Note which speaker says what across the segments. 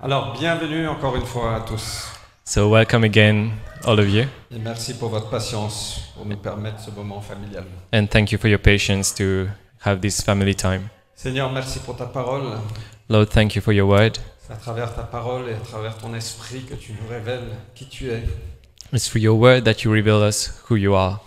Speaker 1: Alors, bienvenue encore une fois à tous.
Speaker 2: So welcome again, all of you,
Speaker 1: Et merci pour votre patience pour nous permettre ce moment familial.
Speaker 2: and thank you for your patience to have this family time.
Speaker 1: Seigneur, merci pour ta parole.
Speaker 2: Lord, thank you for your word.
Speaker 1: C'est à travers ta parole et à travers ton esprit que tu nous révèles qui tu es.
Speaker 2: It's through your word that you reveal us who you are,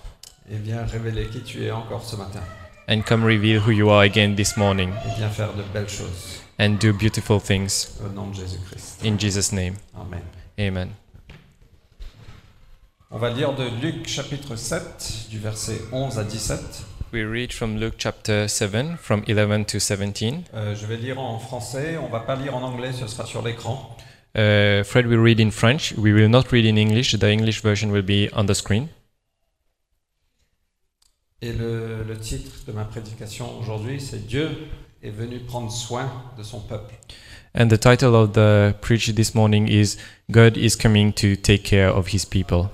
Speaker 1: Et viens révéler qui tu es encore ce matin.
Speaker 2: and come reveal who you are again this morning,
Speaker 1: Et viens faire de belles choses.
Speaker 2: and do beautiful things
Speaker 1: Au nom de Jésus-Christ.
Speaker 2: in Jesus' name.
Speaker 1: Amen.
Speaker 2: Amen.
Speaker 1: On va lire de Luc chapitre 7, du verset 11 à 17.
Speaker 2: We read from Luke chapter 7, from 11 to 17.
Speaker 1: Euh, je vais lire en français, on va pas lire en anglais, ce sera sur l'écran.
Speaker 2: Uh, Fred will read in French. We will not read in English. The English version will be on the screen.
Speaker 1: Et le, le titre de ma prédication aujourd'hui, c'est Dieu est venu prendre soin de son peuple.
Speaker 2: And the title of the preach this morning is God is coming to take care of his people.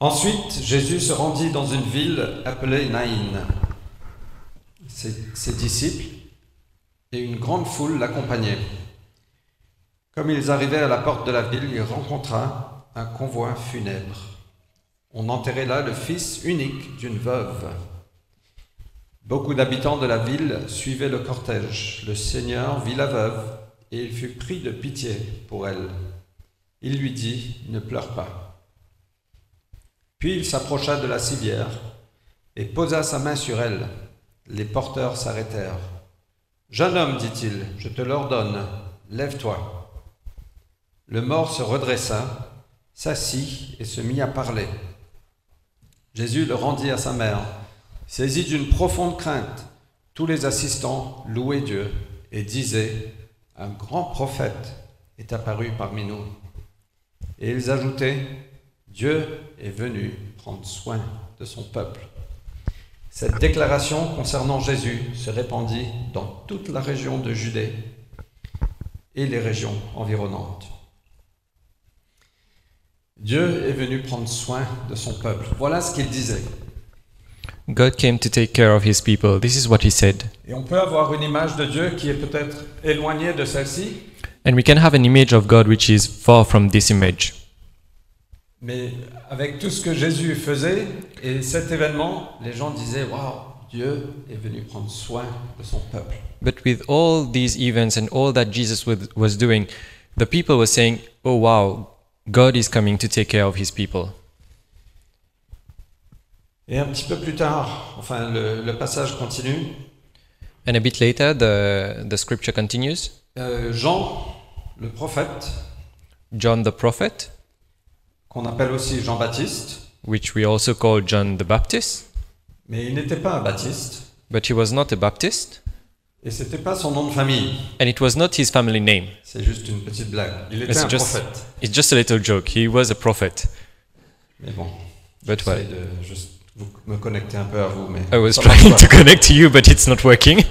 Speaker 1: Ensuite, Jésus se rendit dans une ville appelée Naïn. Ses, ses disciples et une grande foule l'accompagnaient. Comme ils arrivaient à la porte de la ville, il rencontra un convoi funèbre. On enterrait là le fils unique d'une veuve. Beaucoup d'habitants de la ville suivaient le cortège. Le Seigneur vit la veuve et il fut pris de pitié pour elle. Il lui dit, ne pleure pas. Puis il s'approcha de la civière et posa sa main sur elle. Les porteurs s'arrêtèrent. Jeune homme, dit-il, je te l'ordonne, lève-toi. Le mort se redressa, s'assit et se mit à parler. Jésus le rendit à sa mère. Saisi d'une profonde crainte, tous les assistants louaient Dieu et disaient, Un grand prophète est apparu parmi nous. Et ils ajoutaient, Dieu est venu prendre soin de son peuple. Cette déclaration concernant Jésus se répandit dans toute la région de Judée et les régions environnantes. Dieu est venu prendre soin de son peuple. Voilà ce qu'il disait.
Speaker 2: God came to take care of his people. This is what he said.
Speaker 1: Et on peut avoir une image de Dieu qui est peut-être éloignée de celle-ci,
Speaker 2: And we can have an image of God which is far from this image.
Speaker 1: mais avec tout ce que Jésus faisait et cet événement, les gens disaient Waouh, Dieu est venu prendre soin de son peuple.
Speaker 2: But with all these events and all that Jesus was was doing, the people were saying, Oh wow, God is coming to take care of his people.
Speaker 1: Et un petit peu plus tard, enfin le, le passage continue,
Speaker 2: And a bit later, the, the scripture continues
Speaker 1: euh, Jean, le prophète,
Speaker 2: John the prophet,
Speaker 1: qu'on appelle aussi Jean-Baptiste,
Speaker 2: which we also call John the Baptist,
Speaker 1: mais il n'était pas un baptiste,
Speaker 2: but he was not a Baptist,
Speaker 1: et c'était pas son nom de famille,
Speaker 2: and it was not his family name.
Speaker 1: c'est juste une petite blague. Il était
Speaker 2: It's
Speaker 1: un
Speaker 2: just-
Speaker 1: prophète.
Speaker 2: It's just a little joke. He was a prophet.
Speaker 1: Mais bon,
Speaker 2: But
Speaker 1: j'essaie
Speaker 2: well,
Speaker 1: de juste vous- me connecter un peu à vous, mais
Speaker 2: I was
Speaker 1: ça marche
Speaker 2: trying
Speaker 1: pas.
Speaker 2: to connect to you, but it's not working.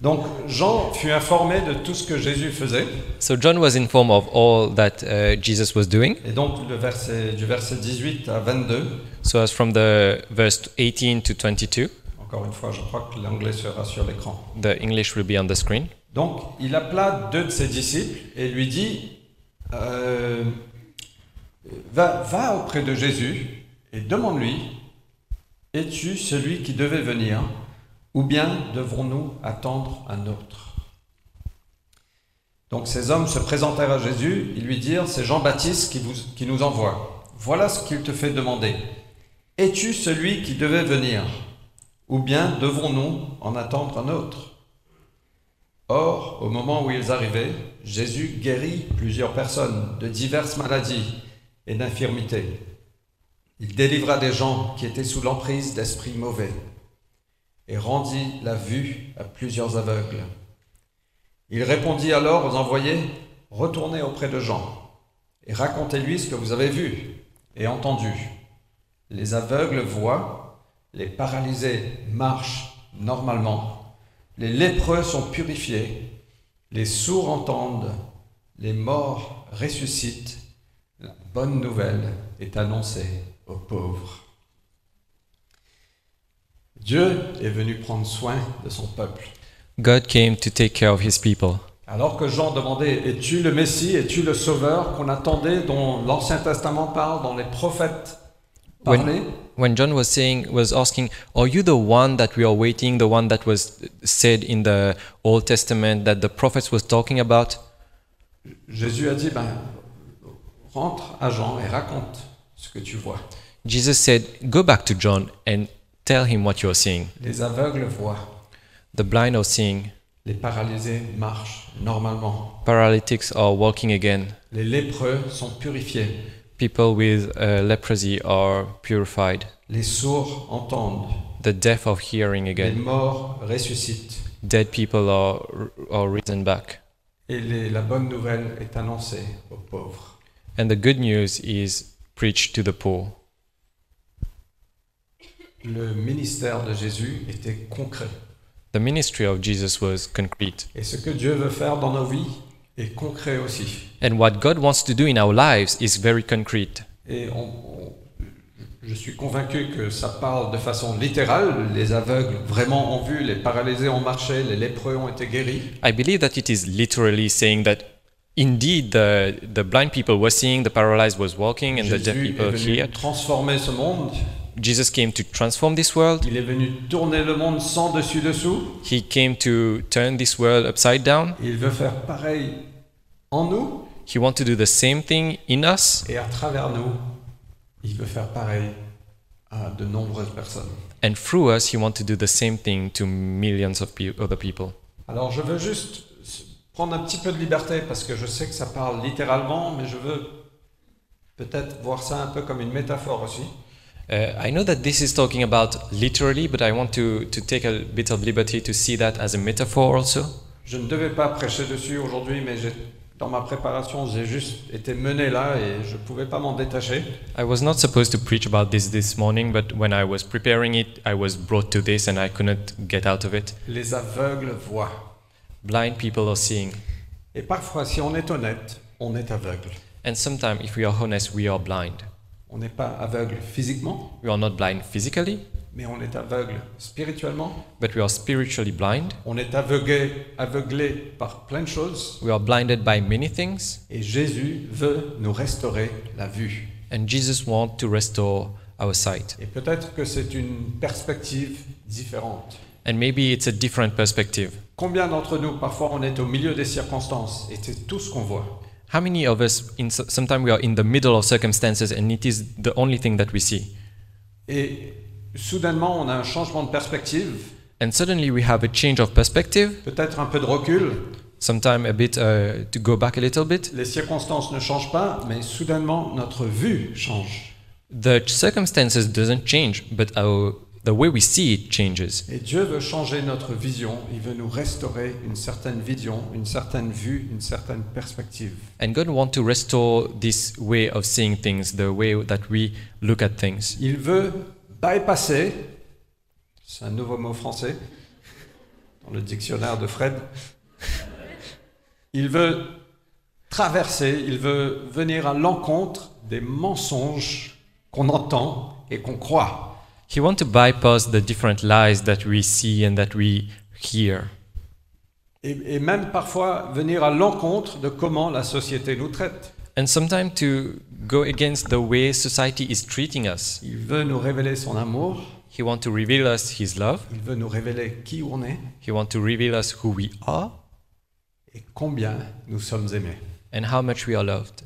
Speaker 1: Donc Jean fut informé de tout ce que Jésus faisait,
Speaker 2: So John was informed of all that uh, Jesus was doing.
Speaker 1: et donc le verset, du verset 18 à 22,
Speaker 2: So as from the verse 18 to 22,
Speaker 1: encore une fois, je crois que l'anglais sera sur l'écran.
Speaker 2: the English will be on the screen.
Speaker 1: Donc, il appela deux de ses disciples et lui dit euh, va, va auprès de Jésus et demande-lui Es-tu celui qui devait venir Ou bien devrons-nous attendre un autre Donc, ces hommes se présentèrent à Jésus et lui dirent C'est Jean-Baptiste qui, vous- qui nous envoie. Voilà ce qu'il te fait demander Es-tu celui qui devait venir Ou bien devrons-nous en attendre un autre Or, au moment où ils arrivaient, Jésus guérit plusieurs personnes de diverses maladies et d'infirmités. Il délivra des gens qui étaient sous l'emprise d'esprits mauvais et rendit la vue à plusieurs aveugles. Il répondit alors aux envoyés, Retournez auprès de Jean et racontez-lui ce que vous avez vu et entendu. Les aveugles voient, les paralysés marchent normalement. Les lépreux sont purifiés, les sourds entendent, les morts ressuscitent. La bonne nouvelle est annoncée aux pauvres. Dieu est venu prendre soin de son peuple.
Speaker 2: God came to take care of his people.
Speaker 1: Alors que Jean demandait Es-tu le Messie Es-tu le Sauveur qu'on attendait, dont l'Ancien Testament parle, dont les prophètes parlaient
Speaker 2: When, when John was saying, was asking, "Are you the one that we are waiting? The one that was said in the Old Testament that the prophets was talking about?"
Speaker 1: Jésus a dit ben, Rentre à Jean et raconte ce que tu vois.
Speaker 2: Jesus said, "Go back to John and tell him what you are seeing.
Speaker 1: Les aveugles voient,
Speaker 2: The blind are seeing.
Speaker 1: les paralysés marchent normalement,
Speaker 2: Paralytics are walking again.
Speaker 1: les lépreux sont purifiés,
Speaker 2: People with uh, leprosy are purified.
Speaker 1: les sourds entendent,
Speaker 2: The deaf are hearing
Speaker 1: les
Speaker 2: again.
Speaker 1: morts ressuscitent,
Speaker 2: Dead people are are risen back."
Speaker 1: et les- la bonne nouvelle est annoncée aux pauvres.
Speaker 2: And the good news is preached to the poor.
Speaker 1: Le ministère de Jésus était concret.
Speaker 2: The ministry of Jesus was concrete.
Speaker 1: Et ce que Dieu veut faire dans nos vies est concret aussi.
Speaker 2: And what God wants to do in our lives is very concrete.
Speaker 1: Et on- on- je suis convaincu que ça parle de façon littérale. Les aveugles vraiment ont vu, les paralysés ont marché, les lépreux ont été guéris.
Speaker 2: I believe that it is literally saying that indeed the, the blind people were seeing, the paralyzed was walking, and the deaf
Speaker 1: Jésus est
Speaker 2: people
Speaker 1: venu
Speaker 2: heard.
Speaker 1: transformer ce monde.
Speaker 2: Jesus came to transform this world.
Speaker 1: Il est venu tourner le monde sans dessus-dessous.
Speaker 2: He came to turn this world upside down.
Speaker 1: Il veut faire pareil en nous
Speaker 2: He wants to do the same thing in us
Speaker 1: et à travers nous. Il veut faire pareil à de nombreuses personnes.
Speaker 2: and through us he wants to do the same thing to millions of pe- other people.
Speaker 1: Alors je veux juste s- prendre un petit peu de liberté parce que je sais que ça parle littéralement, mais je veux peut-être voir ça un peu comme une métaphore aussi.
Speaker 2: Uh, I know that this is talking about literally, but I want to, to take a bit of liberty to see that as a metaphor also.
Speaker 1: Je ne devais pas prêcher dessus aujourd'hui, mais j'ai- dans ma préparation, j'ai juste été mené là et je ne pouvais pas m'en détacher.
Speaker 2: I was not supposed to preach about this this morning, but when I was preparing it, I was brought to this and I couldn't get out of it.
Speaker 1: Les aveugles voient.
Speaker 2: Blind people are seeing,
Speaker 1: Et parfois, si on est honnête, on est aveugle.
Speaker 2: and sometimes, if we are honest, we are blind.
Speaker 1: On n'est pas aveugle physiquement,
Speaker 2: We are not blind physically,
Speaker 1: mais on est aveugle spirituellement.
Speaker 2: but we are spiritually blind.
Speaker 1: On est aveuglé, aveuglé par plein de choses.
Speaker 2: We are blinded by many things,
Speaker 1: Et Jésus veut nous restaurer la vue.
Speaker 2: and Jesus wants to restore our sight.
Speaker 1: Et peut-être que c'est une perspective différente.
Speaker 2: And maybe it's a different perspective.
Speaker 1: Combien d'entre nous, parfois, on est au milieu des circonstances et c'est tout ce qu'on voit.
Speaker 2: How many of us, in, sometimes we are in the middle of circumstances and it is the only thing that we see?
Speaker 1: Et soudainement, on a un changement de perspective,
Speaker 2: And suddenly we have a change of perspective,
Speaker 1: peut-être un peu de recul.
Speaker 2: sometimes a bit uh, to go back a little bit.
Speaker 1: Les circonstances ne changent pas, mais soudainement, notre vue change.
Speaker 2: The circumstances doesn't change, but our, the way we see it changes.
Speaker 1: Et Dieu veut changer notre vision. Il veut nous restaurer une certaine vision, une certaine vue, une certaine perspective.
Speaker 2: And God wants to restore this way of seeing things, the way that we look at things.
Speaker 1: Il veut bypasser, c'est un nouveau mot français, dans le dictionnaire de Fred. Il veut traverser, il veut venir à l'encontre des mensonges qu'on entend et qu'on croit.
Speaker 2: He wants to bypass the different lies that we see and that we hear.
Speaker 1: Et, et même parfois venir à l'encontre de comment la société nous traite.
Speaker 2: And sometimes to go against the way society is treating us.
Speaker 1: Il veut nous révéler son amour,
Speaker 2: He wants to reveal us his love.
Speaker 1: il veut nous révéler qui on est
Speaker 2: He wants to reveal us who we are
Speaker 1: et combien nous sommes aimés.
Speaker 2: and how much we are loved.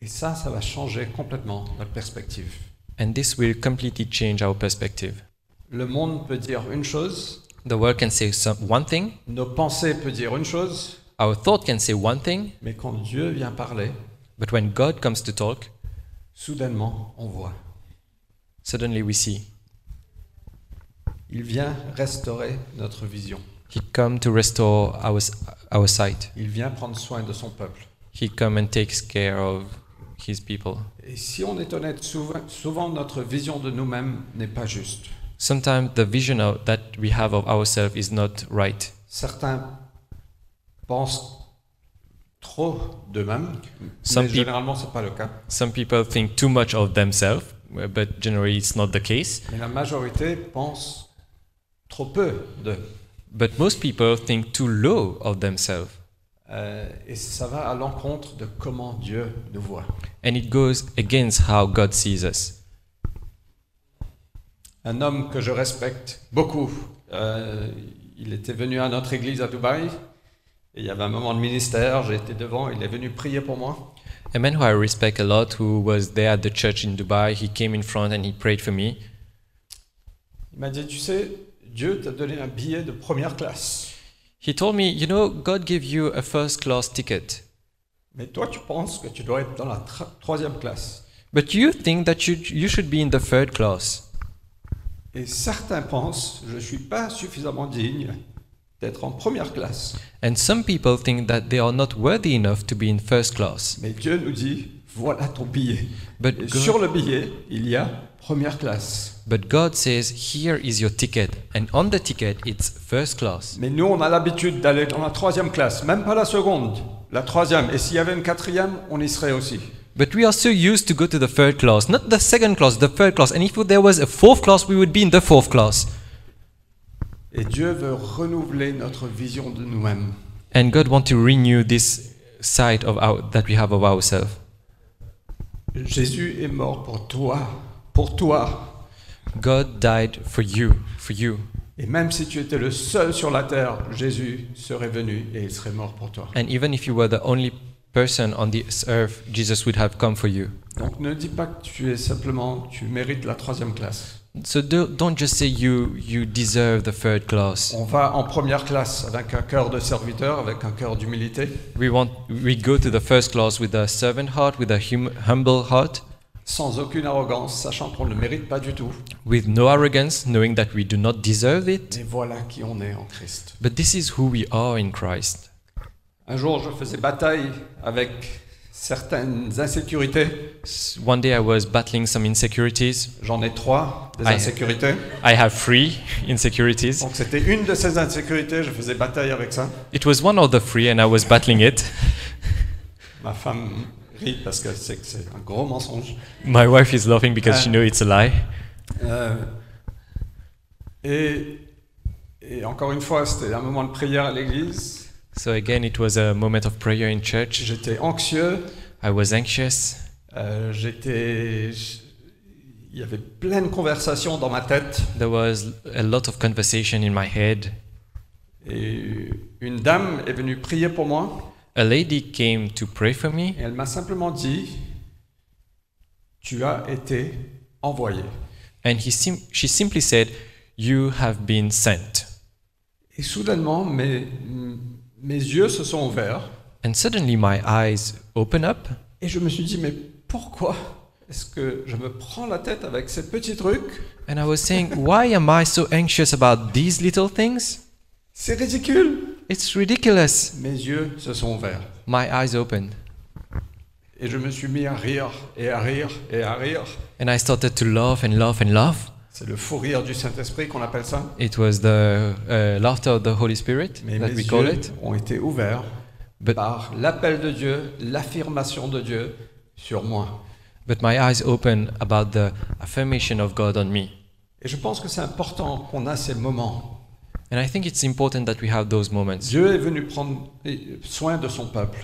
Speaker 1: Et ça, ça va changer complètement notre perspective.
Speaker 2: And this will completely change our perspective.
Speaker 1: Le monde peut dire une chose,
Speaker 2: The world can say some, one thing,
Speaker 1: nos pensées peuvent dire une chose,
Speaker 2: our thought can say one thing,
Speaker 1: mais quand Dieu vient parler,
Speaker 2: but when God comes to talk,
Speaker 1: soudainement, on voit.
Speaker 2: suddenly we see.
Speaker 1: Il vient restaurer notre vision.
Speaker 2: He come to restore our, s- our sight.
Speaker 1: Il vient prendre soin de son peuple.
Speaker 2: He come and takes care of his people.
Speaker 1: Et si on est honnête, souvent, souvent notre vision de nous-mêmes n'est pas juste.
Speaker 2: Sometimes the vision of, that we have of ourselves is not right.
Speaker 1: Certains pensent trop d'eux-mêmes,
Speaker 2: Some
Speaker 1: mais
Speaker 2: peop-
Speaker 1: généralement, ce n'est pas le cas.
Speaker 2: Some people think too much of themselves, but generally it's not the case.
Speaker 1: Mais la majorité pense trop peu d'eux.
Speaker 2: But most people think too low of themselves,
Speaker 1: Euh, et ça va à l'encontre de comment Dieu nous voit.
Speaker 2: and it goes against how God sees us.
Speaker 1: Un homme que je respecte beaucoup, euh, il était venu à notre église à Dubaï, et il y avait un moment de ministère, j'étais devant, il est venu prier pour moi.
Speaker 2: A man who I respect a lot, who was there at the church in Dubai, he came in front and he prayed for me.
Speaker 1: Il m'a dit, tu sais, Dieu t'a donné un billet de première classe,
Speaker 2: He told me, You know, God gave you a first class ticket,
Speaker 1: mais toi tu penses que tu dois être dans la tra- troisième classe.
Speaker 2: but you think that you, you should be in the third class.
Speaker 1: Et certains pensent, je ne suis pas suffisamment digne d'être en première classe.
Speaker 2: And some people think that they are not worthy enough to be in first class.
Speaker 1: Mais Dieu nous dit, voilà ton billet.
Speaker 2: But
Speaker 1: Et
Speaker 2: God-
Speaker 1: sur le billet, il y a première classe.
Speaker 2: But God says, Here is your ticket, and on the ticket, it's first class.
Speaker 1: Mais nous, on a l'habitude d'aller dans la troisième classe, même pas la seconde, la troisième. Et s'il y avait une quatrième, on y serait aussi.
Speaker 2: But we are so used to go to the third class, not the second class, the third class. And if there was a fourth class, we would be in the fourth class.
Speaker 1: Et Dieu veut renouveler notre vision de nous-mêmes.
Speaker 2: And God wants to renew this side of our, that we have of ourselves.
Speaker 1: Jésus est mort pour toi, pour toi.
Speaker 2: God died for you, for you.
Speaker 1: Et même si tu étais le seul sur la terre, Jésus serait venu et il serait mort pour toi.
Speaker 2: And even if you were the only person on this earth, Jesus would have come for you.
Speaker 1: Donc ne dis pas que tu es simplement, tu mérites la troisième classe.
Speaker 2: So do, don't just say you you deserve the third class.
Speaker 1: On va en première classe avec un cœur de serviteur, avec un cœur d'humilité.
Speaker 2: We want we go to the first class with a servant heart, with a hum, humble heart,
Speaker 1: sans aucune arrogance, sachant qu'on ne le mérite pas du tout.
Speaker 2: with no arrogance, knowing that we do not deserve it.
Speaker 1: Et voilà qui on est en Christ.
Speaker 2: But this is who we are in Christ.
Speaker 1: Un jour, je faisais bataille avec certaines insécurités.
Speaker 2: S- One day I was battling some insecurities.
Speaker 1: J'en ai trois, des
Speaker 2: Ah,
Speaker 1: insécurités.
Speaker 2: I have three insecurities.
Speaker 1: Donc c'était une de ces insécurités, je faisais bataille avec ça.
Speaker 2: It was one of the three, and I was battling it.
Speaker 1: Ma femme rit parce que c'est que c'est un gros mensonge.
Speaker 2: My wife is laughing because she
Speaker 1: Ah.
Speaker 2: knows it's a lie.
Speaker 1: Euh, et, et encore une fois, c'était un moment de prière à l'église.
Speaker 2: So again, it was a moment of prayer in church.
Speaker 1: J'étais anxieux,
Speaker 2: I was anxious.
Speaker 1: euh, j'étais... j- Il y avait plein de conversations dans ma tête.
Speaker 2: There was a lot of conversation in my head.
Speaker 1: Et une dame est venue prier pour moi
Speaker 2: A lady came to pray for me,
Speaker 1: et elle m'a simplement dit Tu as été envoyé.
Speaker 2: and he sim- she simply said, "You have been sent."
Speaker 1: Et soudainement, mes, mes yeux se sont ouverts
Speaker 2: And suddenly, my eyes open up,
Speaker 1: et je me suis dit Mais pourquoi est-ce que je me prends la tête avec ces petits trucs
Speaker 2: and I was saying, "Why am I so anxious about these little things?
Speaker 1: C'est ridicule
Speaker 2: It's ridiculous."
Speaker 1: Mes yeux se sont ouverts.
Speaker 2: My eyes opened,
Speaker 1: Et je me suis mis à rire et à rire et à rire.
Speaker 2: and I started to laugh and laugh and laugh.
Speaker 1: C'est le fou rire du Saint-Esprit qu'on appelle ça.
Speaker 2: It was the uh, laughter of the Holy Spirit
Speaker 1: Mais
Speaker 2: that
Speaker 1: mes
Speaker 2: we call
Speaker 1: yeux
Speaker 2: it.
Speaker 1: ont été ouverts
Speaker 2: But-
Speaker 1: par l'appel de Dieu, l'affirmation de Dieu sur moi.
Speaker 2: But my eyes opened about the affirmation of God on me.
Speaker 1: Et je pense que c'est important qu'on a ces moments.
Speaker 2: And I think it's important that we have those moments.
Speaker 1: Dieu est venu prendre soin de son peuple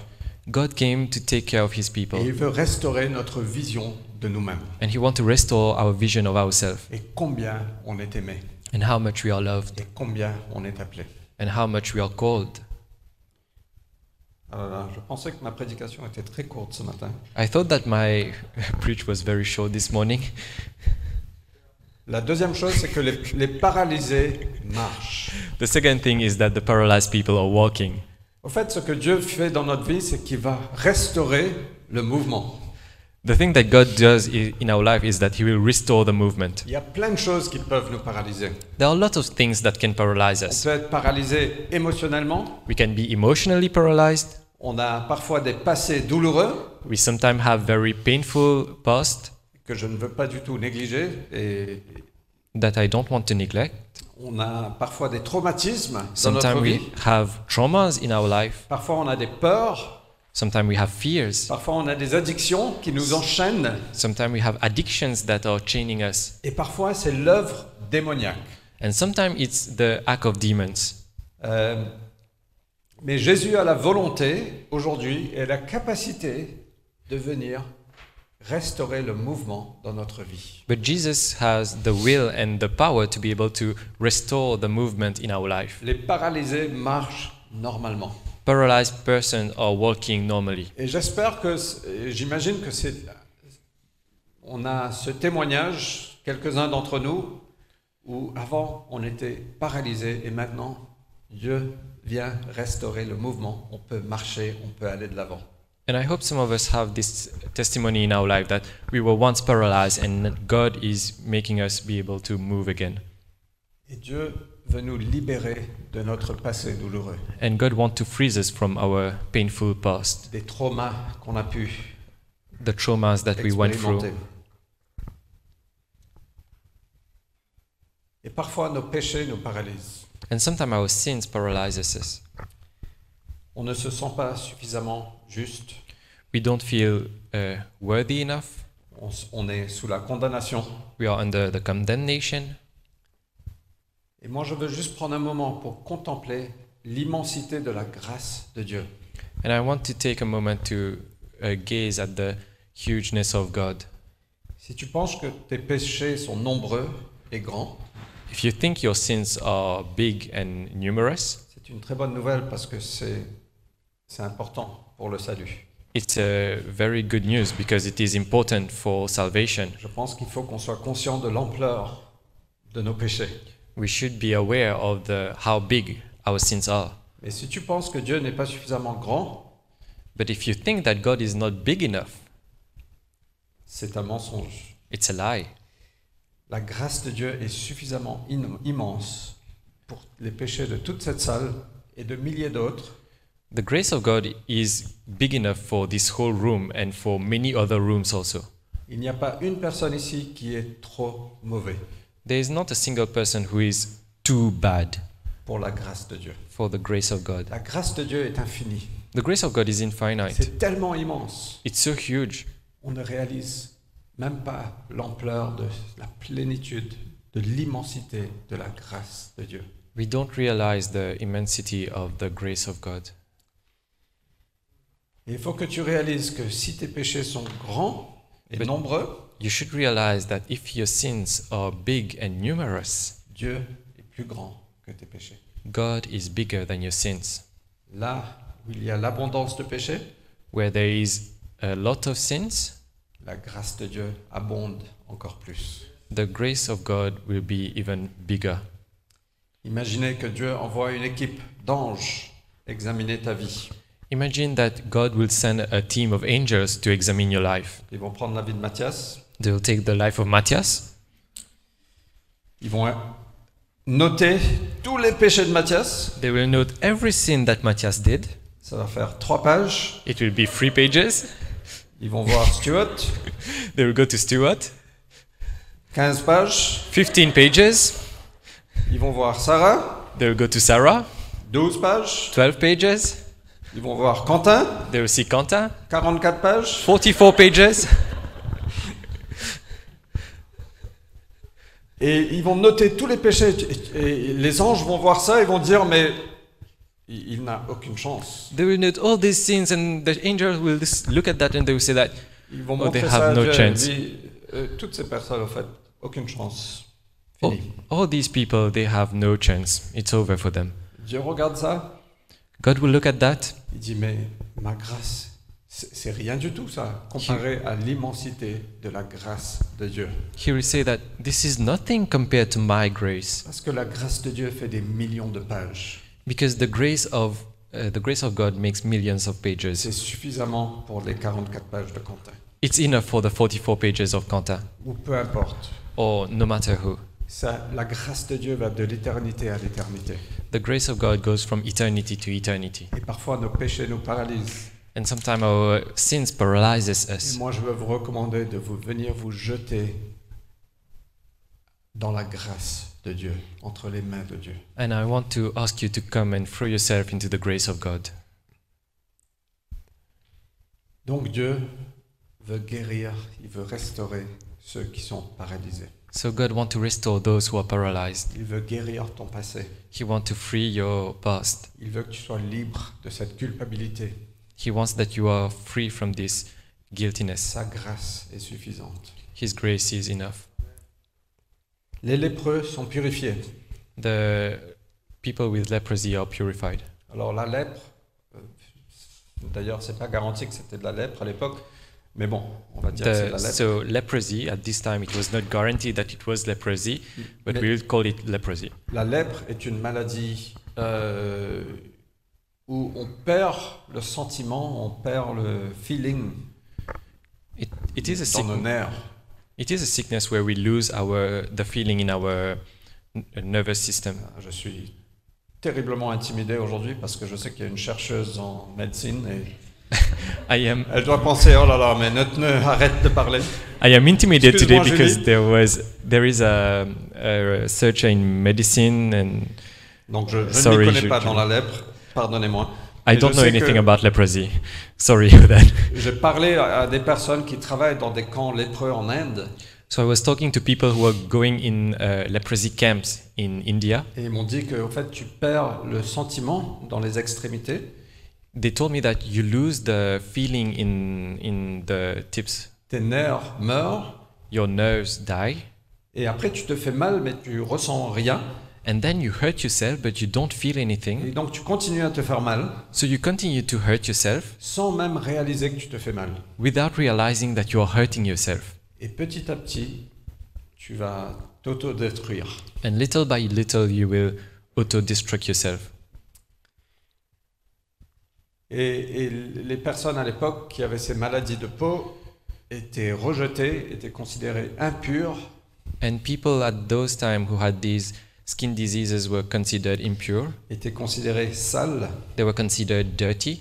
Speaker 2: God came to take care of his
Speaker 1: et
Speaker 2: people,
Speaker 1: il veut restaurer notre vision de nous-mêmes
Speaker 2: and he wants to restore our vision of ourselves
Speaker 1: et combien on est aimé
Speaker 2: and how much we are loved
Speaker 1: et combien on est appelé.
Speaker 2: and how much we are called.
Speaker 1: Ah là là, je pensais que ma prédication était très courte ce matin.
Speaker 2: I thought that my preach was very short this morning.
Speaker 1: La deuxième chose, c'est que les, les paralysés marchent.
Speaker 2: The second thing is that the paralyzed people are walking.
Speaker 1: Au fait, ce que Dieu fait dans notre vie, c'est qu'il va restaurer le mouvement.
Speaker 2: The thing that God does i- in our life is that He will restore the movement.
Speaker 1: Il y a plein de choses qui peuvent nous paralyser.
Speaker 2: There are a lot of things that can paralyze
Speaker 1: On
Speaker 2: us.
Speaker 1: peut être paralysé émotionnellement.
Speaker 2: We can be emotionally paralyzed.
Speaker 1: On a parfois des passés douloureux
Speaker 2: We sometimes have very painful past
Speaker 1: que je ne veux pas du tout négliger. Et
Speaker 2: that I don't want to neglect.
Speaker 1: on a parfois des traumatismes dans notre
Speaker 2: Sometimes we
Speaker 1: vie.
Speaker 2: have traumas in our life.
Speaker 1: Parfois on a des peurs.
Speaker 2: Sometimes we have fears.
Speaker 1: Parfois on a des addictions qui nous enchaînent.
Speaker 2: Sometimes we have addictions that are chaining us.
Speaker 1: Et parfois c'est l'œuvre démoniaque.
Speaker 2: And sometimes it's the act of demons.
Speaker 1: Euh, mais Jésus a la volonté aujourd'hui et la capacité de venir restaurer le mouvement dans notre vie.
Speaker 2: But Jesus has the will and the power to be able to restore the movement in our life.
Speaker 1: Les paralysés marchent normalement.
Speaker 2: Paralyzed persons are walking normally.
Speaker 1: Et j'espère que, c- et j'imagine que c'est, on a ce témoignage, quelques-uns d'entre nous, où avant on était paralysés et maintenant Dieu vient restaurer le mouvement. On peut marcher, on peut aller de l'avant.
Speaker 2: And I hope some of us have this testimony in our life that we were once paralyzed and that God is making us be able to move again.
Speaker 1: Et Dieu veut nous libérer de notre passé douloureux,
Speaker 2: And God wants to freeze us from our painful past,
Speaker 1: des traumas qu'on a pu
Speaker 2: the traumas that we went
Speaker 1: expérimenter.
Speaker 2: through.
Speaker 1: Et parfois nos péchés nous paralysent.
Speaker 2: And sometimes our sins paralyzes us.
Speaker 1: On ne se sent pas suffisamment juste.
Speaker 2: We don't feel uh, worthy enough.
Speaker 1: On, s- on est sous la condamnation.
Speaker 2: We are under the condemnation.
Speaker 1: Et moi, je veux juste prendre un moment pour contempler l'immensité de la grâce de Dieu.
Speaker 2: And I want to take a moment to uh, gaze at the hugeness of God.
Speaker 1: Si tu penses que tes péchés sont nombreux et grands,
Speaker 2: If you think your sins are big and numerous,
Speaker 1: c'est une très bonne nouvelle parce que c'est c'est important pour le salut.
Speaker 2: it's uh, very good news because it is important for salvation.
Speaker 1: Je pense qu'il faut qu'on soit conscient de l'ampleur de nos péchés.
Speaker 2: We should be aware of the, how big our sins are.
Speaker 1: Mais si tu penses que Dieu n'est pas suffisamment grand,
Speaker 2: But if you think that God is not big enough,
Speaker 1: c'est un mensonge.
Speaker 2: it's a lie.
Speaker 1: La grâce de Dieu est suffisamment in- immense pour les péchés de toute cette salle et de milliers d'autres
Speaker 2: The grace of God is big enough for this whole room and for many other rooms also.
Speaker 1: Il n'y a pas une personne ici qui est trop mauvais
Speaker 2: There is not a single person who is too bad
Speaker 1: pour la grâce de Dieu.
Speaker 2: for the grace of God.
Speaker 1: La grâce de Dieu est infinie.
Speaker 2: The grace of God is infinite.
Speaker 1: C'est tellement immense.
Speaker 2: It's so huge.
Speaker 1: On ne réalise même pas l'ampleur de la plénitude, de l'immensité de la grâce de Dieu.
Speaker 2: We don't realize the immensity of the grace of God.
Speaker 1: Et il faut que tu réalises que si tes péchés sont grands et
Speaker 2: Mais-
Speaker 1: nombreux,
Speaker 2: You should realize that if your sins are big and numerous,
Speaker 1: Dieu est plus grand que tes péchés.
Speaker 2: God is bigger than your sins.
Speaker 1: Là où il y a l'abondance de péchés,
Speaker 2: Where there is a lot of sins,
Speaker 1: la grâce de Dieu abonde encore plus.
Speaker 2: the grace of God will be even bigger.
Speaker 1: Imaginez que Dieu envoie une équipe d'anges examiner ta vie.
Speaker 2: Imagine that God will send a team of angels to examine your life.
Speaker 1: Ils vont prendre la vie de Matthias,
Speaker 2: They will take the life of Matthias.
Speaker 1: ils vont euh, noter tous les péchés de Matthias.
Speaker 2: They will note every sin that Matthias did.
Speaker 1: Ça va faire trois pages.
Speaker 2: It will be three pages.
Speaker 1: Ils vont voir Stuart,
Speaker 2: They will go to Stuart.
Speaker 1: 15 pages.
Speaker 2: 15 pages.
Speaker 1: Ils vont voir Sarah,
Speaker 2: They will go to Sarah.
Speaker 1: 12 pages.
Speaker 2: 12 pages.
Speaker 1: Ils vont voir Quentin,
Speaker 2: They will see Quentin.
Speaker 1: 44 pages.
Speaker 2: 44 pages.
Speaker 1: Et ils vont noter tous les péchés. Et les anges vont voir ça et vont dire Mais il il n'a aucune chance.
Speaker 2: They will note all these sins, and the angels will just look at that and they will say that
Speaker 1: Ils vont
Speaker 2: Oh,
Speaker 1: montrer
Speaker 2: they
Speaker 1: ça à
Speaker 2: have no
Speaker 1: Dieu.
Speaker 2: chance.
Speaker 1: Dis, euh, toutes ces personnes, en fait, aucune chance.
Speaker 2: "Oh,
Speaker 1: Fini.
Speaker 2: all these people they have no chance. It's over for them.
Speaker 1: Dieu regarde ça.
Speaker 2: God will look at that
Speaker 1: Il dit Mais ma grâce, c'est c'est rien du tout, ça, comparé à l'immensité de la grâce de Dieu.
Speaker 2: He will say that this is nothing compared to my grace,
Speaker 1: Parce que la grâce de Dieu fait des millions de pages.
Speaker 2: because the grace of uh, the grace of God makes millions of pages.
Speaker 1: C'est suffisamment pour les 44 pages de Quentin.
Speaker 2: It's enough for the 44 pages of Kanta,
Speaker 1: Ou peu importe.
Speaker 2: or no matter who.
Speaker 1: Ça, la grâce de Dieu va de l'éternité à l'éternité.
Speaker 2: The grace of God goes from eternity to eternity,
Speaker 1: Et parfois, nos péchés nous paralysent.
Speaker 2: and sometimes our sins paralyzes
Speaker 1: Et
Speaker 2: us.
Speaker 1: moi, je veux vous recommander de vous venir vous jeter dans la grâce de Dieu, entre les mains de Dieu.
Speaker 2: And I want to ask you to come and throw yourself into the grace of God.
Speaker 1: Donc Dieu veut guérir, il veut restaurer ceux qui sont paralysés.
Speaker 2: So God wants to restore those who are paralyzed.
Speaker 1: Il veut guérir ton passé.
Speaker 2: He wants to free your past.
Speaker 1: Il veut que tu sois libre de cette culpabilité.
Speaker 2: He wants that you are free from this guiltiness.
Speaker 1: Sa grâce est suffisante.
Speaker 2: His grace is enough.
Speaker 1: Les lépreux sont purifiés.
Speaker 2: The people with leprosy are purified.
Speaker 1: Alors la lèpre, euh, d'ailleurs, c'est pas garanti que c'était de la lèpre à l'époque, mais bon, on va dire que Euh, c'est de
Speaker 2: The,
Speaker 1: la lèpre.
Speaker 2: so leprosy at this time it was not guaranteed that it was leprosy, but
Speaker 1: Mais-
Speaker 2: we'll call it leprosy.
Speaker 1: La lèpre est une maladie euh, où on perd le sentiment, on perd le feeling
Speaker 2: It, it is a
Speaker 1: dans nos
Speaker 2: sickness.
Speaker 1: nerfs.
Speaker 2: It is a sickness where we lose our the feeling in our n- nervous system.
Speaker 1: Je suis terriblement intimidé aujourd'hui parce que je sais qu'il y a une chercheuse en médecine et
Speaker 2: I am
Speaker 1: elle doit penser oh là là mais notre ne arrête de parler.
Speaker 2: I am intimidated today
Speaker 1: Excuse-moi,
Speaker 2: because
Speaker 1: Julie.
Speaker 2: there was there is a, a researcher in medicine and
Speaker 1: Donc je, je ne
Speaker 2: Sorry,
Speaker 1: m'y connais
Speaker 2: je-
Speaker 1: pas
Speaker 2: je-
Speaker 1: dans la lèpre, pardonnez-moi.
Speaker 2: I
Speaker 1: Mais je
Speaker 2: don't know
Speaker 1: sais que
Speaker 2: anything about leprosy. Sorry for that.
Speaker 1: J'ai parlé à à des personnes qui travaillent dans des camps lépreux en Inde
Speaker 2: So I was talking to people who are going in uh, leprosy camps in India.
Speaker 1: et ils m'ont dit que en fait tu perds le sentiment dans les extrémités.
Speaker 2: They told me that you lose the feeling in in the tips.
Speaker 1: tes nerfs meurent,
Speaker 2: Your nerves die,
Speaker 1: et après tu te fais mal, mais tu ressens rien,
Speaker 2: and then you hurt yourself, but you don't feel anything.
Speaker 1: et donc tu continues à te faire mal,
Speaker 2: So you continue to hurt yourself
Speaker 1: sans même réaliser que tu te fais mal.
Speaker 2: without realizing that you are hurting yourself.
Speaker 1: Et petit à petit, tu vas t'auto-détruire.
Speaker 2: And little by little, you will auto-destruct yourself.
Speaker 1: Et, et les personnes à l'époque qui avaient ces maladies de peau étaient rejetées, étaient considérées impures,
Speaker 2: And people at those time who had these skin diseases were considered impure.
Speaker 1: étaient considérées sales.
Speaker 2: They were considered dirty.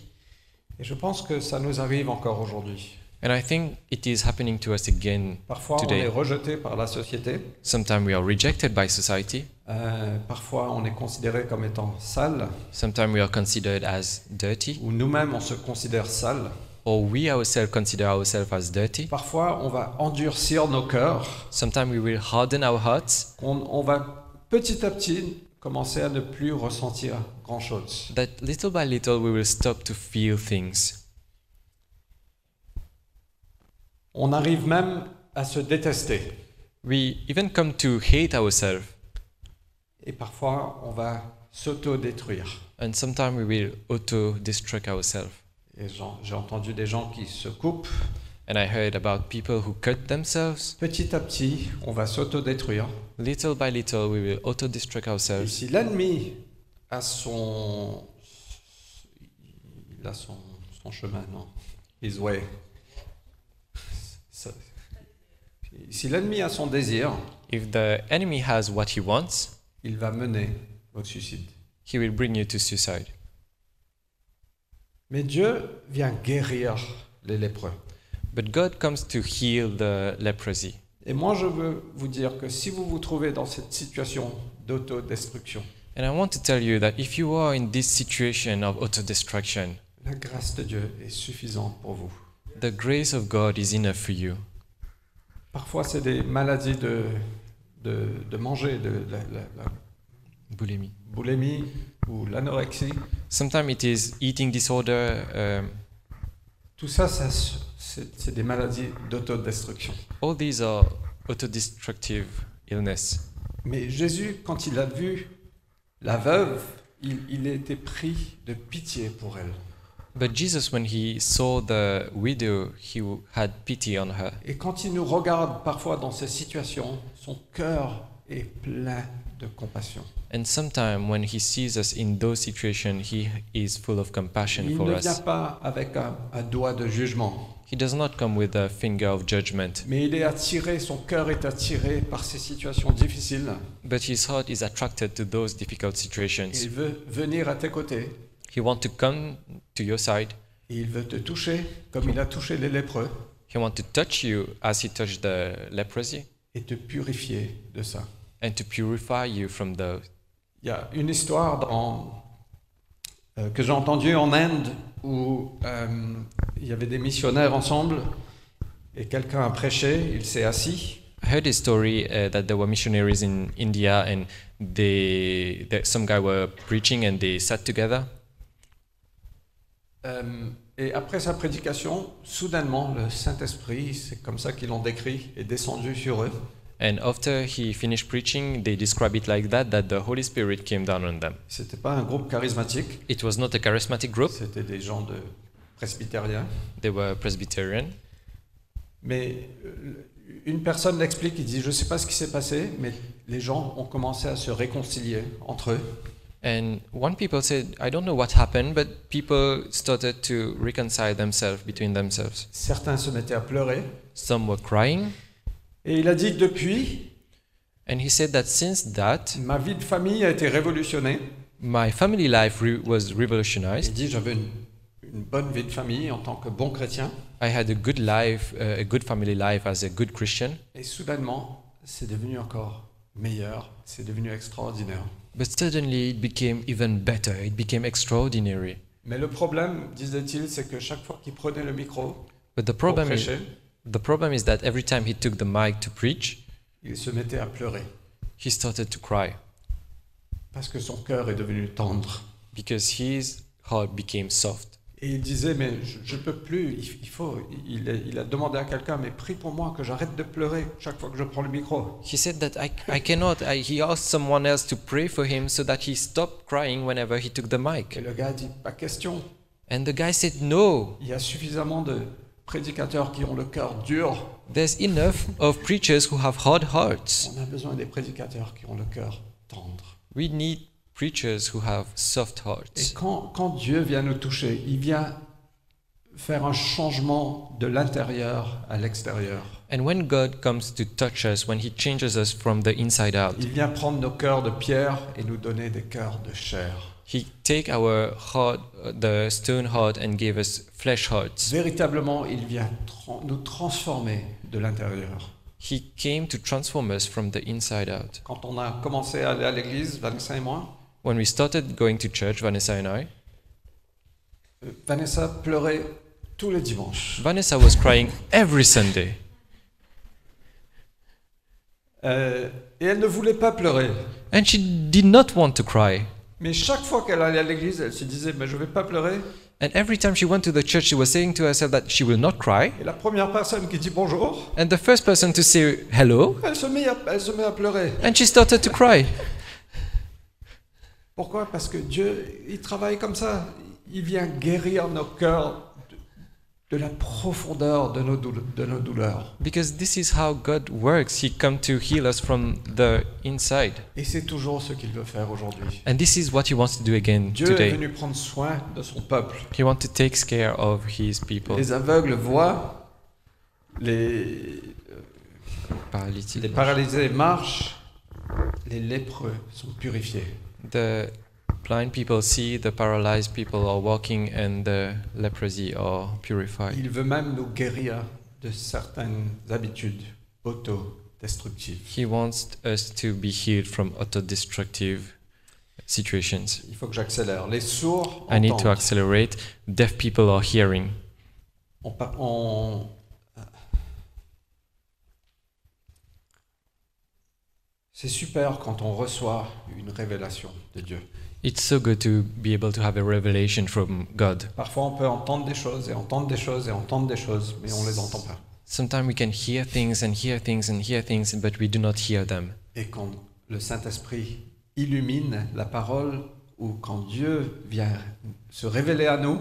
Speaker 1: Et je pense que ça nous arrive encore aujourd'hui.
Speaker 2: And I think it is happening to us again
Speaker 1: Parfois, on
Speaker 2: today.
Speaker 1: est rejeté par la société.
Speaker 2: Sometimes we are rejected by society.
Speaker 1: euh, parfois, on est considéré comme étant sale.
Speaker 2: Sometimes we are considered as dirty,
Speaker 1: où nous-mêmes on se considère sale.
Speaker 2: or we ourselves consider ourselves as dirty.
Speaker 1: Parfois, on va endurcir nos cœurs.
Speaker 2: Sometimes we will harden our hearts
Speaker 1: On, on va petit à petit commencer à ne plus ressentir grand-chose.
Speaker 2: that little by little we will stop to feel things.
Speaker 1: On arrive même à se détester.
Speaker 2: We even come to hate ourselves,
Speaker 1: Et parfois, on va s'auto-détruire.
Speaker 2: and sometimes we will auto destruct ourselves.
Speaker 1: Et j'en- j'ai entendu des gens qui se coupent.
Speaker 2: And I heard about people who cut themselves.
Speaker 1: Petit à petit, on va s'auto-détruire.
Speaker 2: Little by little, we will auto destruct
Speaker 1: Et
Speaker 2: ourselves.
Speaker 1: si l'ennemi a son... Il a son, son chemin, non His way. Ça- Si l'ennemi a son désir,
Speaker 2: If the enemy has what he wants,
Speaker 1: il va mener au suicide.
Speaker 2: he will bring you to suicide.
Speaker 1: Mais Dieu vient guérir les lépreux.
Speaker 2: But God comes to heal the leprosy.
Speaker 1: Et moi, je veux vous dire que si vous vous trouvez dans cette situation d'autodestruction,
Speaker 2: And I want to tell you that if you are in this situation of auto destruction,
Speaker 1: la grâce de Dieu est suffisante pour vous.
Speaker 2: the grace of God is enough for you.
Speaker 1: Parfois, c'est des maladies de, de, de manger, de la- la- la
Speaker 2: Bulimie.
Speaker 1: boulimie ou l'anorexie,
Speaker 2: Sometimes it is eating disorder. Um,
Speaker 1: tout ça, ça se- c'est c'est des maladies d'autodestruction.
Speaker 2: all these are auto-destructive illness.
Speaker 1: Mais Jésus, quand il a vu la veuve, il, il était pris de pitié pour elle.
Speaker 2: But Jesus, when he saw the widow, he w- had pity on her.
Speaker 1: Et quand il nous regarde parfois dans ces situations, son cœur est plein de compassion.
Speaker 2: And sometimes when he sees us in those situations, he is full of compassion
Speaker 1: Il
Speaker 2: for
Speaker 1: ne vient
Speaker 2: us.
Speaker 1: pas avec un, un doigt de jugement,
Speaker 2: He does not come with a finger of judgment,
Speaker 1: mais il est attiré, son cœur est attiré par ces situations difficiles.
Speaker 2: but his heart is attracted to those difficult
Speaker 1: Il
Speaker 2: situations.
Speaker 1: veut venir à tes côtés,
Speaker 2: He wants to come to your side.
Speaker 1: et il veut te toucher comme il a touché les lépreux.
Speaker 2: He wants to touch you as he touched the leprosy
Speaker 1: et te purifier de ça.
Speaker 2: and to purify you from the.
Speaker 1: Il y a une histoire dans- euh, que j'ai entendue en Inde où euh, il y avait des missionnaires ensemble et quelqu'un a prêché, il s'est assis
Speaker 2: heard a story uh, that there were missionaries in India and they, that some guy were preaching and they sat together.
Speaker 1: Euh, et après sa prédication, soudainement, le Saint-Esprit, c'est comme ça qu'ils l'ont décrit, est descendu sur eux.
Speaker 2: And after he finished preaching, they describe it like that that the Holy Spirit came down on them.
Speaker 1: C'était pas un groupe charismatique,
Speaker 2: It was not a charismatic group,
Speaker 1: c'était des gens de presbytériens.
Speaker 2: they were Presbyterian.
Speaker 1: Mais euh, une personne l'explique, il dit, je ne sais pas ce qui s'est passé, mais les gens ont commencé à se réconcilier entre eux.
Speaker 2: And one people said, I don't know what happened, but people started to reconcile themselves between themselves.
Speaker 1: Certains se mettaient à pleurer.
Speaker 2: Some were crying,
Speaker 1: Et il a dit, depuis,
Speaker 2: and he said that since that,
Speaker 1: ma vie de famille a été révolutionnée.
Speaker 2: my family life re- was revolutionized.
Speaker 1: Il dit, j'avais une, une bonne vie de famille en tant que bon chrétien.
Speaker 2: I had a good life, uh, a good family life as a good Christian,
Speaker 1: Et soudainement, c'est devenu encore meilleur, c'est devenu extraordinaire.
Speaker 2: but suddenly it became even better. It became extraordinary.
Speaker 1: Mais le problème, disait-il, c'est que chaque fois qu'il prenait le micro
Speaker 2: But the
Speaker 1: pour
Speaker 2: problem is,
Speaker 1: prêcher,
Speaker 2: the problem is that every time he took the mic to preach,
Speaker 1: il se mettait à pleurer
Speaker 2: he started to cry
Speaker 1: parce que son cœur est devenu tendre.
Speaker 2: because his heart became soft.
Speaker 1: Et il disait, mais je ne peux plus, il, il faut, il, a- il a demandé à quelqu'un, mais prie pour moi que j'arrête de pleurer chaque fois que je prends le micro.
Speaker 2: He said that I, I cannot. I, he asked someone else to pray for him so that he stopped crying whenever he took the
Speaker 1: Et
Speaker 2: mic.
Speaker 1: le gars a dit, pas question,
Speaker 2: And the guy said, No,
Speaker 1: il y a suffisamment de prédicateurs qui ont le cœur dur.
Speaker 2: there's enough of preachers who have hard hearts.
Speaker 1: On a besoin des prédicateurs qui ont le cœur tendre.
Speaker 2: We need preachers who have soft
Speaker 1: Et
Speaker 2: hearts.
Speaker 1: quand, quand Dieu vient nous toucher, il vient faire un changement de l'intérieur à l'extérieur.
Speaker 2: And when God comes to touch us, when He changes us from the inside out,
Speaker 1: Il vient prendre nos cœurs de pierre et nous donner des cœurs de chair.
Speaker 2: He take our heart, uh, the stone heart, and give us flesh hearts.
Speaker 1: Véritablement, il vient tran- nous transformer de l'intérieur.
Speaker 2: He came to transform us from the inside out.
Speaker 1: Quand on a commencé à aller à l'église, Vanessa et moi,
Speaker 2: When we started going to church, Vanessa and I,
Speaker 1: euh, Vanessa pleurait tous les dimanches.
Speaker 2: Vanessa was crying every Sunday.
Speaker 1: Euh, et elle ne voulait pas pleurer.
Speaker 2: And she did not want to cry.
Speaker 1: Mais chaque fois qu'elle allait à l'église, elle se disait, mais je ne vais pas pleurer.
Speaker 2: And every time she went to the church, she was saying to herself that she will not cry.
Speaker 1: Et la première personne qui dit bonjour,
Speaker 2: And the first person to say hello,
Speaker 1: elle se met à, elle se met à pleurer.
Speaker 2: and she started to cry.
Speaker 1: Pourquoi Parce que Dieu, il travaille comme ça. Il vient guérir nos cœurs de, de la profondeur de nos, doule- de nos douleurs.
Speaker 2: Because this is how God works. He come to heal us from the inside.
Speaker 1: Et c'est toujours ce qu'il veut faire aujourd'hui.
Speaker 2: And this is what he wants to do again
Speaker 1: Dieu est
Speaker 2: today.
Speaker 1: venu prendre soin de son peuple.
Speaker 2: He wants to take care of his people.
Speaker 1: Les aveugles voient, les, les
Speaker 2: Paralytic.
Speaker 1: paralysés marchent, les lépreux sont purifiés.
Speaker 2: The blind people see, the paralyzed people are walking, and the leprosy are purified.
Speaker 1: Il veut même nous guérir de certaines habitudes autodestructives.
Speaker 2: He wants us to be healed from auto-destructive situations.
Speaker 1: Il faut que j'accélère. Les sourds
Speaker 2: I need to
Speaker 1: entendent.
Speaker 2: accelerate. Deaf people are hearing.
Speaker 1: on, pa- on- C'est super quand on reçoit une révélation de Dieu.
Speaker 2: It's so good to be able to have a revelation from God.
Speaker 1: Parfois, on peut entendre des choses et entendre des choses et entendre des choses, mais on les entend pas.
Speaker 2: Sometimes we can hear things and hear things and hear things, but we do not hear them.
Speaker 1: Et quand le Saint-Esprit illumine la parole ou quand Dieu vient se révéler à nous,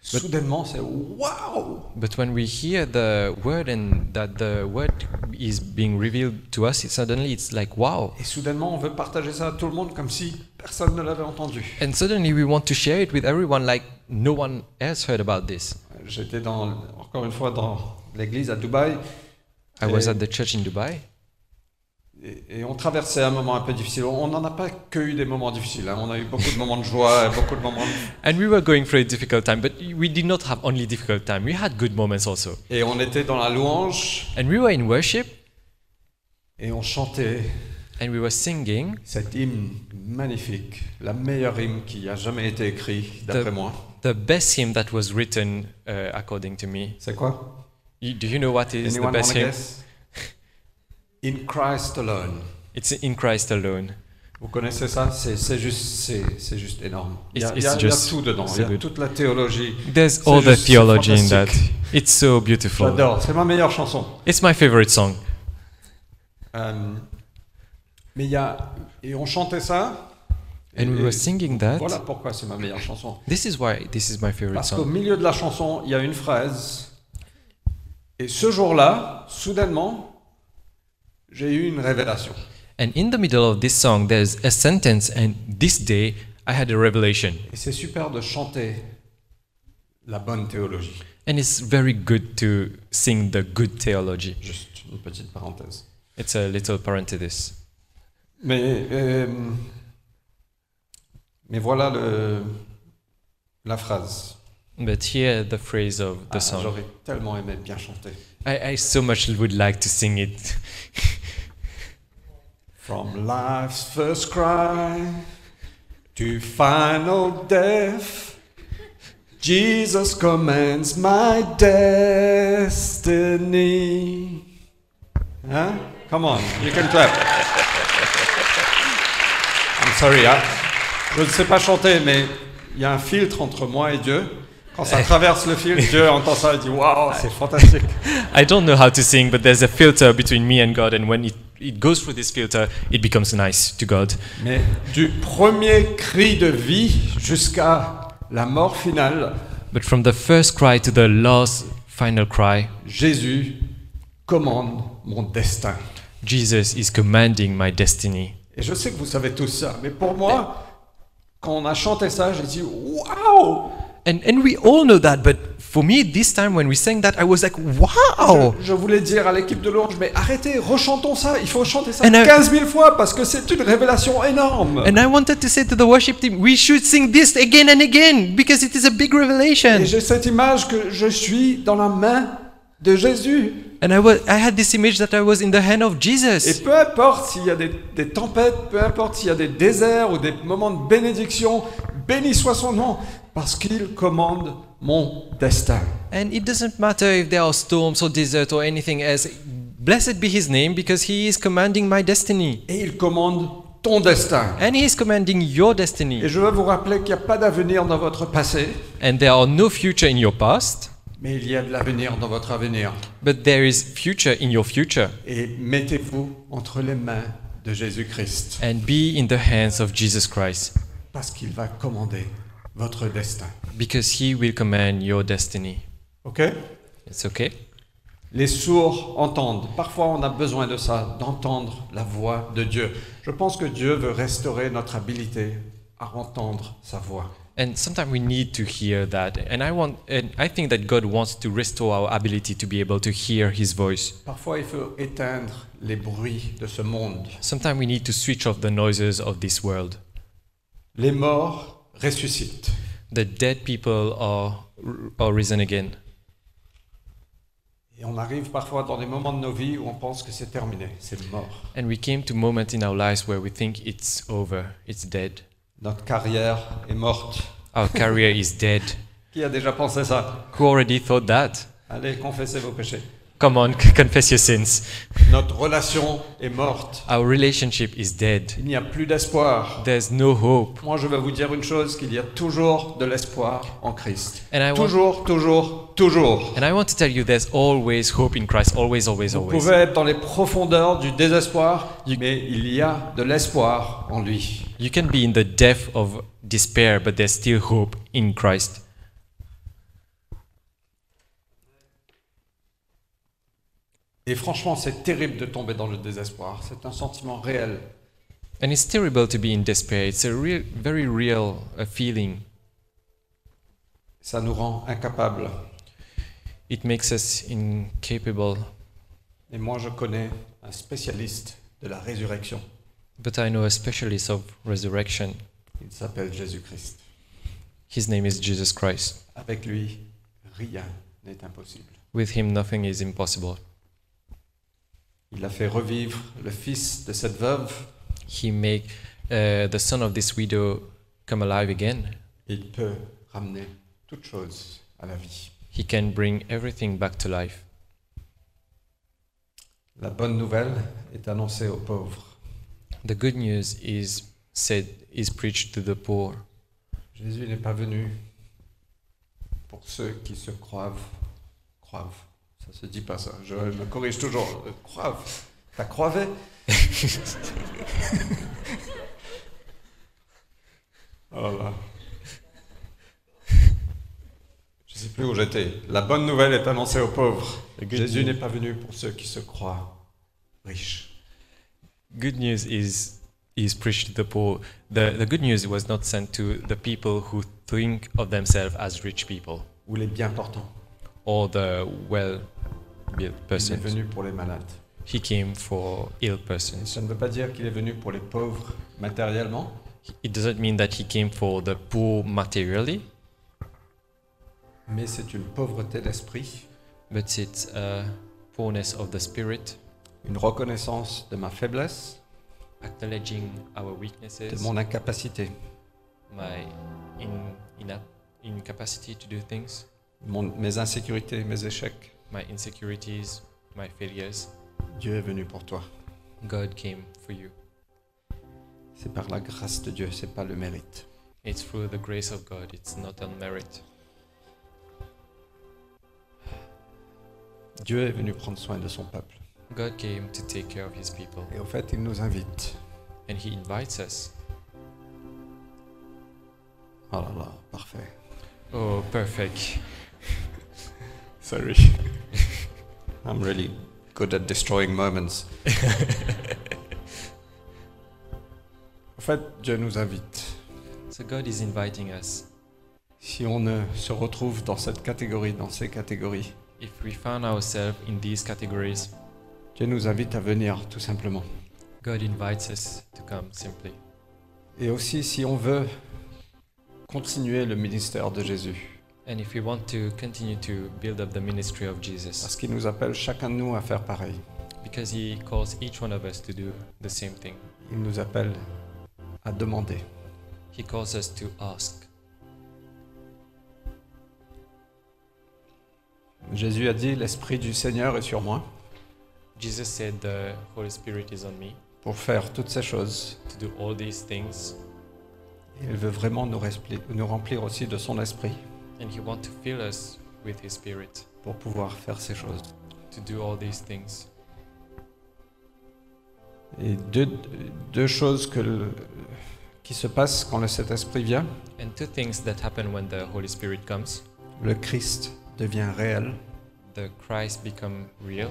Speaker 1: soudainement, c'est waouh
Speaker 2: But when we hear the word and that the word is being revealed to us, it, suddenly it's like, wow.
Speaker 1: Et soudainement, on veut partager ça à tout le monde comme si personne ne l'avait entendu.
Speaker 2: And suddenly we want to share it with everyone, like no one else heard about this.
Speaker 1: J'étais dans, encore une fois dans l'église à Dubaï.
Speaker 2: I was
Speaker 1: Et-
Speaker 2: at the church in Dubai.
Speaker 1: Et, et on traversait un moment un peu difficile. On n'en a pas que eu des moments difficiles. hein. On a eu beaucoup de moments de joie, beaucoup de moments. de-
Speaker 2: And we were going through a difficult time, but we did not have only difficult time. We had good moments also.
Speaker 1: Et on était dans la louange
Speaker 2: And we were in worship
Speaker 1: et on chantait
Speaker 2: and we were singing
Speaker 1: cet hymne magnifique, la meilleure hymne qui a jamais été écrite, d'après
Speaker 2: The-
Speaker 1: moi.
Speaker 2: the best hymn that was written, uh, according to me.
Speaker 1: C'est quoi
Speaker 2: You, do you know what is
Speaker 1: Anyone
Speaker 2: the best
Speaker 1: wanna
Speaker 2: hymn?
Speaker 1: guess In Christ alone.
Speaker 2: It's in Christ alone.
Speaker 1: Vous connaissez ça C'est c'est juste, c'est- c'est juste énorme. Il y a,
Speaker 2: It's-
Speaker 1: il y a-
Speaker 2: it's
Speaker 1: il y a
Speaker 2: just
Speaker 1: tout dedans.
Speaker 2: so
Speaker 1: Il y a
Speaker 2: good.
Speaker 1: toute la théologie.
Speaker 2: There's
Speaker 1: C'est
Speaker 2: all the
Speaker 1: juste- c'est
Speaker 2: theology in that.
Speaker 1: fantastique.
Speaker 2: It's so beautiful.
Speaker 1: J'adore. C'est ma meilleure chanson.
Speaker 2: It's my favorite song.
Speaker 1: Euh, mais il y a et on chantait ça.
Speaker 2: And we
Speaker 1: Et-
Speaker 2: were singing that.
Speaker 1: Uh, Voilà pourquoi c'est ma meilleure chanson.
Speaker 2: This is why this is my favorite
Speaker 1: Parce qu'au
Speaker 2: song.
Speaker 1: milieu de la chanson, il y a une phrase. Et ce jour-là, soudainement, j'ai eu une révélation.
Speaker 2: And in the middle of this song, there's a sentence, and this day I had a revelation.
Speaker 1: Et c'est super de chanter la bonne théologie.
Speaker 2: And it's very good to sing the good theology.
Speaker 1: Juste une petite parenthèse.
Speaker 2: It's a little parenthesis.
Speaker 1: Mais, euh, mais voilà le, la phrase.
Speaker 2: But here, the phrase of the
Speaker 1: Ah,
Speaker 2: song.
Speaker 1: J'aurais tellement aimé bien chanter.
Speaker 2: I, I so much would like to sing it.
Speaker 1: From life's first cry to final death, Jesus commands my destiny. Huh? Come on, you can clap. I'm sorry, hein. je ne sais pas chanter, mais il y a un filtre entre moi et Dieu. Quand ça traverse le filtre, Dieu entend ça et dit Waouh, c'est fantastique.
Speaker 2: I don't know how to sing, but there's a filter between me and God, and when it, it goes through this filter, it becomes nice to God.
Speaker 1: Mais du premier cri de vie jusqu'à la mort finale,
Speaker 2: But from the first cry to the last final cry,
Speaker 1: Jésus commande mon destin.
Speaker 2: Jesus is commanding my destiny.
Speaker 1: Et je sais que vous savez tous ça, mais pour moi, quand on a chanté ça, j'ai dit waouh
Speaker 2: And, and we all know that, but for me, this time when we sang that, I was like, wow!
Speaker 1: Je voulais dire à l'équipe de Lourdes, mais arrêtez, rechantons ça, il faut chanter ça
Speaker 2: And I-
Speaker 1: 15 000 fois parce que c'est une révélation énorme.
Speaker 2: And I wanted to say to the worship team, we should sing this again and again because it is a big
Speaker 1: Et
Speaker 2: revelation.
Speaker 1: j'ai cette image que je suis dans la main de Jésus.
Speaker 2: And I, was, I had this image that I was in the hand of
Speaker 1: Et
Speaker 2: Jesus.
Speaker 1: peu importe s'il y a des, des tempêtes, peu importe s'il y a des déserts ou des moments de bénédiction, béni soit son nom, parce qu'il commande mon destin.
Speaker 2: And it doesn't matter if there are storms or desert or anything else. Blessed be his name because he is commanding my destiny.
Speaker 1: Et il commande ton destin.
Speaker 2: And he is commanding your
Speaker 1: Et
Speaker 2: destiny.
Speaker 1: je veux vous rappeler qu'il n'y a pas d'avenir dans votre passé,
Speaker 2: And there are no future in your past,
Speaker 1: mais il y a de l'avenir dans votre avenir.
Speaker 2: but there is future in your future.
Speaker 1: Et mettez-vous entre les mains de Jésus-Christ,
Speaker 2: And be in the hands of Jesus Christ
Speaker 1: parce qu'il va commander votre destin.
Speaker 2: because he will command your destiny.
Speaker 1: OK
Speaker 2: It's okay?
Speaker 1: Les sourds entendent. Parfois, on a besoin de ça, d'entendre la voix de Dieu. Je pense que Dieu veut restaurer notre habilité à entendre sa voix.
Speaker 2: And sometimes we need to hear that. And I want and I think that God wants to restore our ability to be able to hear his voice.
Speaker 1: Parfois, il faut éteindre les bruits de ce monde.
Speaker 2: Sometimes we need to switch off the noises of this world.
Speaker 1: Les morts ressuscitent.
Speaker 2: The dead people are are risen again.
Speaker 1: Et on arrive parfois dans des moments de nos vies où on pense que c'est terminé, c'est mort.
Speaker 2: And we came to moment in our lives where we think it's over, it's dead.
Speaker 1: Notre carrière est morte.
Speaker 2: Our career is dead.
Speaker 1: Qui a déjà pensé ça
Speaker 2: Who already thought that?
Speaker 1: Allez, confessez vos péchés.
Speaker 2: Come on, confess your sins.
Speaker 1: Notre relation est morte.
Speaker 2: Our relationship is dead.
Speaker 1: Il n'y a plus d'espoir.
Speaker 2: There's no hope.
Speaker 1: Moi, je vais vous dire une chose, qu'il y a toujours de l'espoir en Christ.
Speaker 2: And I want-
Speaker 1: Toujours, toujours, toujours.
Speaker 2: And I want to tell you there's always hope in Christ, always, always,
Speaker 1: Vous
Speaker 2: always.
Speaker 1: pouvez être dans les profondeurs du désespoir, mais il y a de l'espoir en lui.
Speaker 2: You can be in the depth of despair, but there's still hope in Christ.
Speaker 1: Et franchement, c'est terrible de tomber dans le désespoir. C'est un sentiment réel.
Speaker 2: And it's terrible to be in despair. It's a real, very real uh, feeling.
Speaker 1: Ça nous rend incapables.
Speaker 2: It makes us incapable.
Speaker 1: Et moi, je connais un spécialiste de la résurrection.
Speaker 2: But I know a specialist of resurrection.
Speaker 1: Il s'appelle Jésus-Christ.
Speaker 2: His name is Jesus Christ.
Speaker 1: Avec lui, rien n'est impossible.
Speaker 2: With him, nothing is impossible.
Speaker 1: Il a fait revivre le fils de cette veuve
Speaker 2: He make uh, the son of this widow come alive again.
Speaker 1: Il peut ramener toute chose à la vie.
Speaker 2: He can bring everything back to life.
Speaker 1: La bonne nouvelle est annoncée aux pauvres.
Speaker 2: The good news is said is preached to the poor.
Speaker 1: Jésus n'est pas venu pour ceux qui se croivent. Croivent. Ça se dit pas ça. Je me corrige toujours. Euh, Croivent. T'as croivé Oh là. Je sais plus où j'étais. La bonne nouvelle est annoncée aux pauvres.
Speaker 2: The good
Speaker 1: Jésus
Speaker 2: news-
Speaker 1: n'est pas venu pour ceux qui se croient riches.
Speaker 2: Good news is is preached to the poor. The the good news was not sent to the people who think of themselves as rich people
Speaker 1: Ou les bien portants.
Speaker 2: or the well built
Speaker 1: Il est
Speaker 2: persons.
Speaker 1: venu pour les malades.
Speaker 2: He came for ill
Speaker 1: Et
Speaker 2: persons.
Speaker 1: ça ne veut pas dire qu'il est venu pour les pauvres matériellement,
Speaker 2: It doesn't mean that he came for the poor materially,
Speaker 1: mais c'est une pauvreté d'esprit,
Speaker 2: but it's a poorness of the spirit,
Speaker 1: une reconnaissance de ma faiblesse,
Speaker 2: acknowledging our
Speaker 1: de
Speaker 2: weaknesses,
Speaker 1: mon incapacité,
Speaker 2: my in, ina- incapacity to do things,
Speaker 1: mon- mes insécurités, mes échecs.
Speaker 2: my insecurities, my failures.
Speaker 1: Dieu est venu pour toi.
Speaker 2: God came for you.
Speaker 1: C'est par la grâce de Dieu, c'est pas le mérite.
Speaker 2: It's through the grace of God. It's not on merit.
Speaker 1: Dieu est venu prendre soin de son peuple.
Speaker 2: God came to take care of his people,
Speaker 1: Et au fait, il nous invite.
Speaker 2: and he invites us.
Speaker 1: Oh là là, parfait.
Speaker 2: Oh, perfect.
Speaker 1: Sorry. I'm really good at destroying moments. en fait, Dieu nous invite.
Speaker 2: So God is inviting us.
Speaker 1: Si on euh, se retrouve dans cette catégorie, dans ces catégories,
Speaker 2: If we found ourselves in these categories,
Speaker 1: Dieu nous invite à venir, tout simplement.
Speaker 2: God invites us to come simply.
Speaker 1: Et aussi, si on veut continuer le ministère de Jésus,
Speaker 2: And if we want to continue to build up the ministry of Jesus,
Speaker 1: parce qu'il nous appelle chacun de nous à faire pareil.
Speaker 2: because he calls each one of us to do the same thing,
Speaker 1: Il nous appelle à demander.
Speaker 2: he calls us to ask.
Speaker 1: Jésus a dit, l'Esprit du Seigneur est sur moi
Speaker 2: Jesus said, The Holy Spirit is on me
Speaker 1: pour faire toutes ces choses.
Speaker 2: to do all these things,
Speaker 1: Il veut vraiment nous, respli- nous remplir aussi de son esprit
Speaker 2: and he wants to fill us with his Spirit
Speaker 1: pour pouvoir faire ces choses.
Speaker 2: to do all these things.
Speaker 1: Et deux, deux choses que le- qui se passent quand le- cet esprit vient,
Speaker 2: And two things that happen when the Holy Spirit comes
Speaker 1: le Christ devient réel.
Speaker 2: the Christ become real,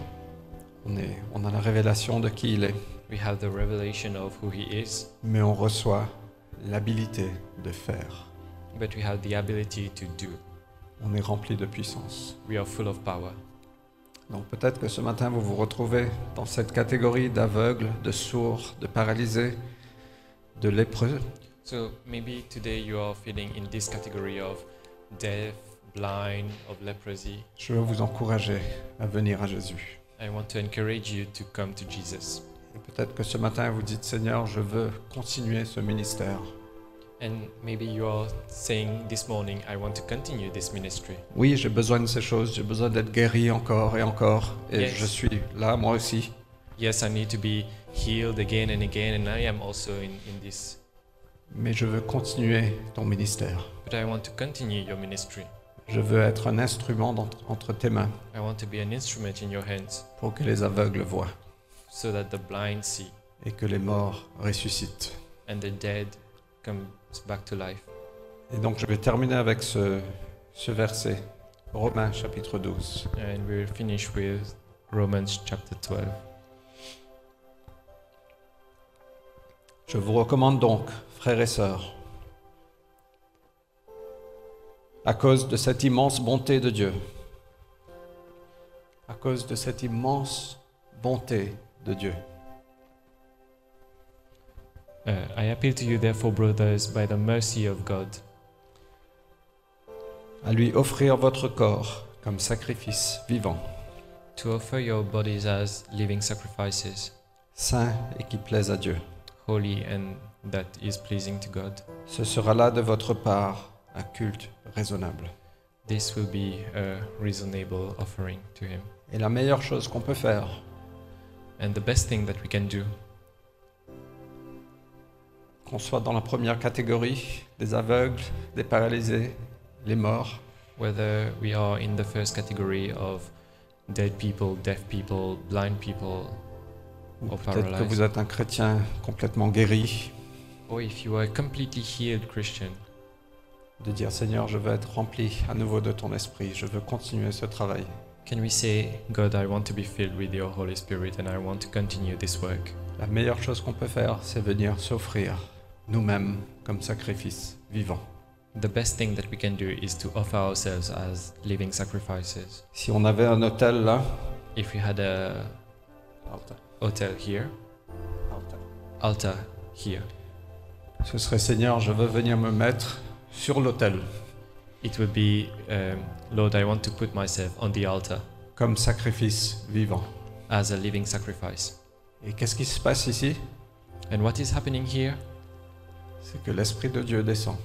Speaker 1: On, est, on a la révélation de qui il est,
Speaker 2: we have the revelation of who he is,
Speaker 1: mais on reçoit l'habilité de faire.
Speaker 2: but we have the ability to do.
Speaker 1: On est rempli de puissance.
Speaker 2: We are full of power.
Speaker 1: Donc peut-être que ce matin, vous vous retrouvez dans cette catégorie d'aveugles, de sourds, de paralysés, de lépreux.
Speaker 2: So maybe today you are feeling in this category of deaf, blind, of leprosy.
Speaker 1: Je veux vous encourager à venir à Jésus.
Speaker 2: I want to encourage you to come to Jesus.
Speaker 1: Et peut-être que ce matin, vous dites, Seigneur, je veux continuer ce ministère.
Speaker 2: And maybe you are saying this morning, I want to continue this ministry.
Speaker 1: Oui, j'ai besoin de ces choses, j'ai besoin d'être guéri encore et encore. Et
Speaker 2: Yes.
Speaker 1: je suis là, moi aussi.
Speaker 2: Yes, I need to be healed again and again, and I am also in, in this.
Speaker 1: Mais je veux continuer ton ministère.
Speaker 2: But I want to continue your ministry.
Speaker 1: Je veux être un instrument d'entre- entre tes mains
Speaker 2: I want to be an instrument in your hands
Speaker 1: pour que les aveugles voient
Speaker 2: so that the blind see
Speaker 1: et que les morts ressuscitent.
Speaker 2: and the dead comes back to life.
Speaker 1: Et donc je vais terminer avec ce, ce verset, Romains chapitre 12.
Speaker 2: And we'll finish with Romans chapter 12.
Speaker 1: Je vous recommande donc, frères et sœurs, à cause de cette immense bonté de Dieu, à cause de cette immense bonté de Dieu,
Speaker 2: Uh, I appeal to you, therefore, brothers, by the mercy of God,
Speaker 1: à lui offrir votre corps comme sacrifice vivant,
Speaker 2: to offer your bodies as living sacrifices,
Speaker 1: saint et qui plaise à Dieu.
Speaker 2: holy and that is pleasing to God.
Speaker 1: Ce sera là de votre part un culte raisonnable.
Speaker 2: This will be a reasonable offering to Him.
Speaker 1: Et la meilleure chose qu'on peut faire,
Speaker 2: And the best thing that we can do,
Speaker 1: qu'on soit dans la première catégorie, des aveugles, des paralysés, les morts,
Speaker 2: whether we are in the first category of dead people, deaf people, blind people,
Speaker 1: ou
Speaker 2: Or
Speaker 1: peut-être que
Speaker 2: paralyzed.
Speaker 1: vous êtes un chrétien complètement guéri,
Speaker 2: or if you are a completely healed Christian,
Speaker 1: de dire Seigneur, je veux être rempli à nouveau de ton esprit, je veux continuer ce travail.
Speaker 2: can we say, God, I want to be filled with your Holy Spirit and I want to continue this work?
Speaker 1: La meilleure chose qu'on peut faire, c'est venir s'offrir nous-mêmes comme sacrifice vivant.
Speaker 2: The best thing that we can do is to offer ourselves as living sacrifices.
Speaker 1: Si on avait un hôtel là,
Speaker 2: If we had a hotel here, altar here,
Speaker 1: ce serait Seigneur, je veux venir me mettre sur l'autel
Speaker 2: it would be, um, Lord, I want to put myself on the altar
Speaker 1: comme sacrifice vivant.
Speaker 2: as a living sacrifice.
Speaker 1: Et qu'est-ce qui se passe ici
Speaker 2: And what is happening here
Speaker 1: C'est que l'Esprit de Dieu descend,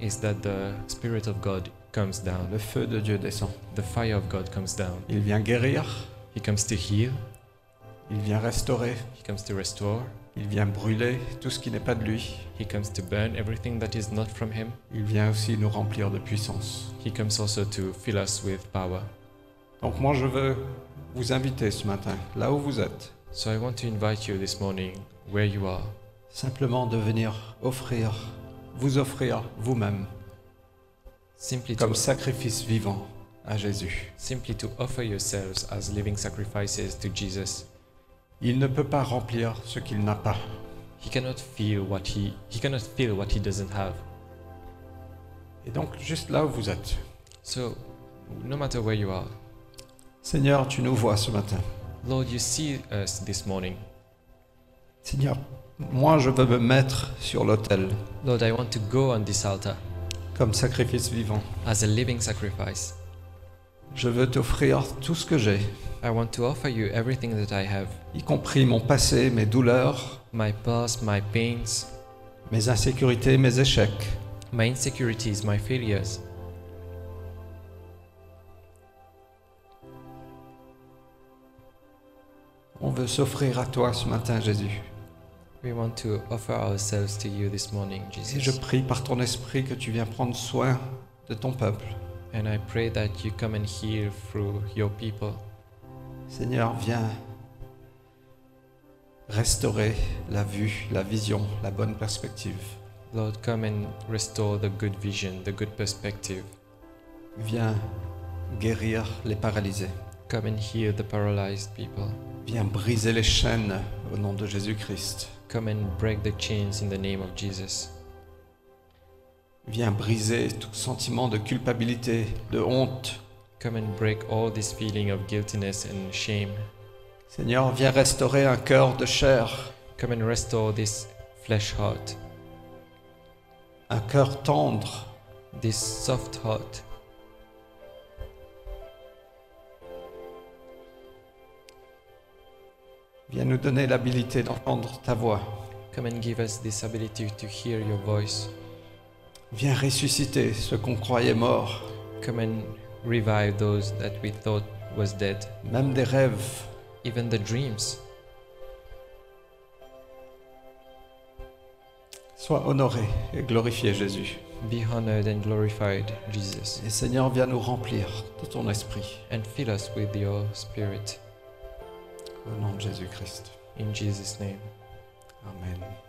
Speaker 2: is that the Spirit of God comes down,
Speaker 1: le feu de Dieu descend.
Speaker 2: the fire of God comes down.
Speaker 1: Il vient guérir,
Speaker 2: He comes to heal,
Speaker 1: il vient restaurer,
Speaker 2: He comes to restore,
Speaker 1: il vient brûler tout ce qui n'est pas de lui.
Speaker 2: He comes to burn everything that is not from Him.
Speaker 1: Il vient aussi nous remplir de puissance.
Speaker 2: He comes also to fill us with power.
Speaker 1: Donc moi je veux vous inviter ce matin, là où vous êtes,
Speaker 2: So I want to invite you this morning, where you are,
Speaker 1: simplement de venir offrir, vous offrir vous-même
Speaker 2: simply to
Speaker 1: comme sacrifice vivant à Jésus.
Speaker 2: simply to offer yourselves as living sacrifices to Jesus.
Speaker 1: Il ne peut pas remplir ce qu'il n'a pas.
Speaker 2: He cannot feel what he he cannot feel what he doesn't have.
Speaker 1: Et donc juste là où vous êtes,
Speaker 2: So no matter where you are,
Speaker 1: Seigneur, tu nous vois ce matin.
Speaker 2: Lord, you see us this morning.
Speaker 1: Seigneur, moi je veux me mettre sur l'autel
Speaker 2: Lord, I want to go on this altar
Speaker 1: comme sacrifice vivant.
Speaker 2: as a living sacrifice.
Speaker 1: Je veux t'offrir tout ce que j'ai,
Speaker 2: I want to offer you everything that I have,
Speaker 1: y compris mon passé, mes douleurs,
Speaker 2: my past, my pains,
Speaker 1: mes insécurités, mes échecs.
Speaker 2: my insecurities, my failures.
Speaker 1: On veut s'offrir à toi ce matin, Jésus.
Speaker 2: We want to offer ourselves to you this morning,
Speaker 1: Et je
Speaker 2: Jesus.
Speaker 1: prie par ton esprit que tu viens prendre soin de ton peuple.
Speaker 2: And I pray that you come and heal through your people.
Speaker 1: Seigneur, viens restaurer la vue, la vision, la bonne perspective.
Speaker 2: Lord, come and restore the good vision, the good perspective.
Speaker 1: Viens guérir les paralysés.
Speaker 2: Come and heal the paralyzed people.
Speaker 1: Viens briser les chaînes au nom de Jésus-Christ.
Speaker 2: Come and break the chains in the name of Jesus.
Speaker 1: Viens briser tout sentiment de culpabilité, de honte.
Speaker 2: Come and break all this feeling of guiltiness and shame.
Speaker 1: Seigneur, viens restaurer un cœur de chair,
Speaker 2: Come and restore this flesh heart,
Speaker 1: un cœur tendre,
Speaker 2: this soft heart.
Speaker 1: Viens nous donner l'habilité d'entendre ta voix.
Speaker 2: Come and give us this ability to hear your voice.
Speaker 1: Viens ressusciter ce qu'on croyait mort,
Speaker 2: Come and revive those that we thought was dead,
Speaker 1: même des rêves.
Speaker 2: even the dreams.
Speaker 1: Sois honoré et glorifié Jésus.
Speaker 2: Be honored and glorified, Jesus,
Speaker 1: Et Seigneur, viens nous remplir de ton esprit
Speaker 2: and fill us with your spirit.
Speaker 1: au nom de Jésus-Christ.
Speaker 2: In Jesus' name.
Speaker 1: Amen.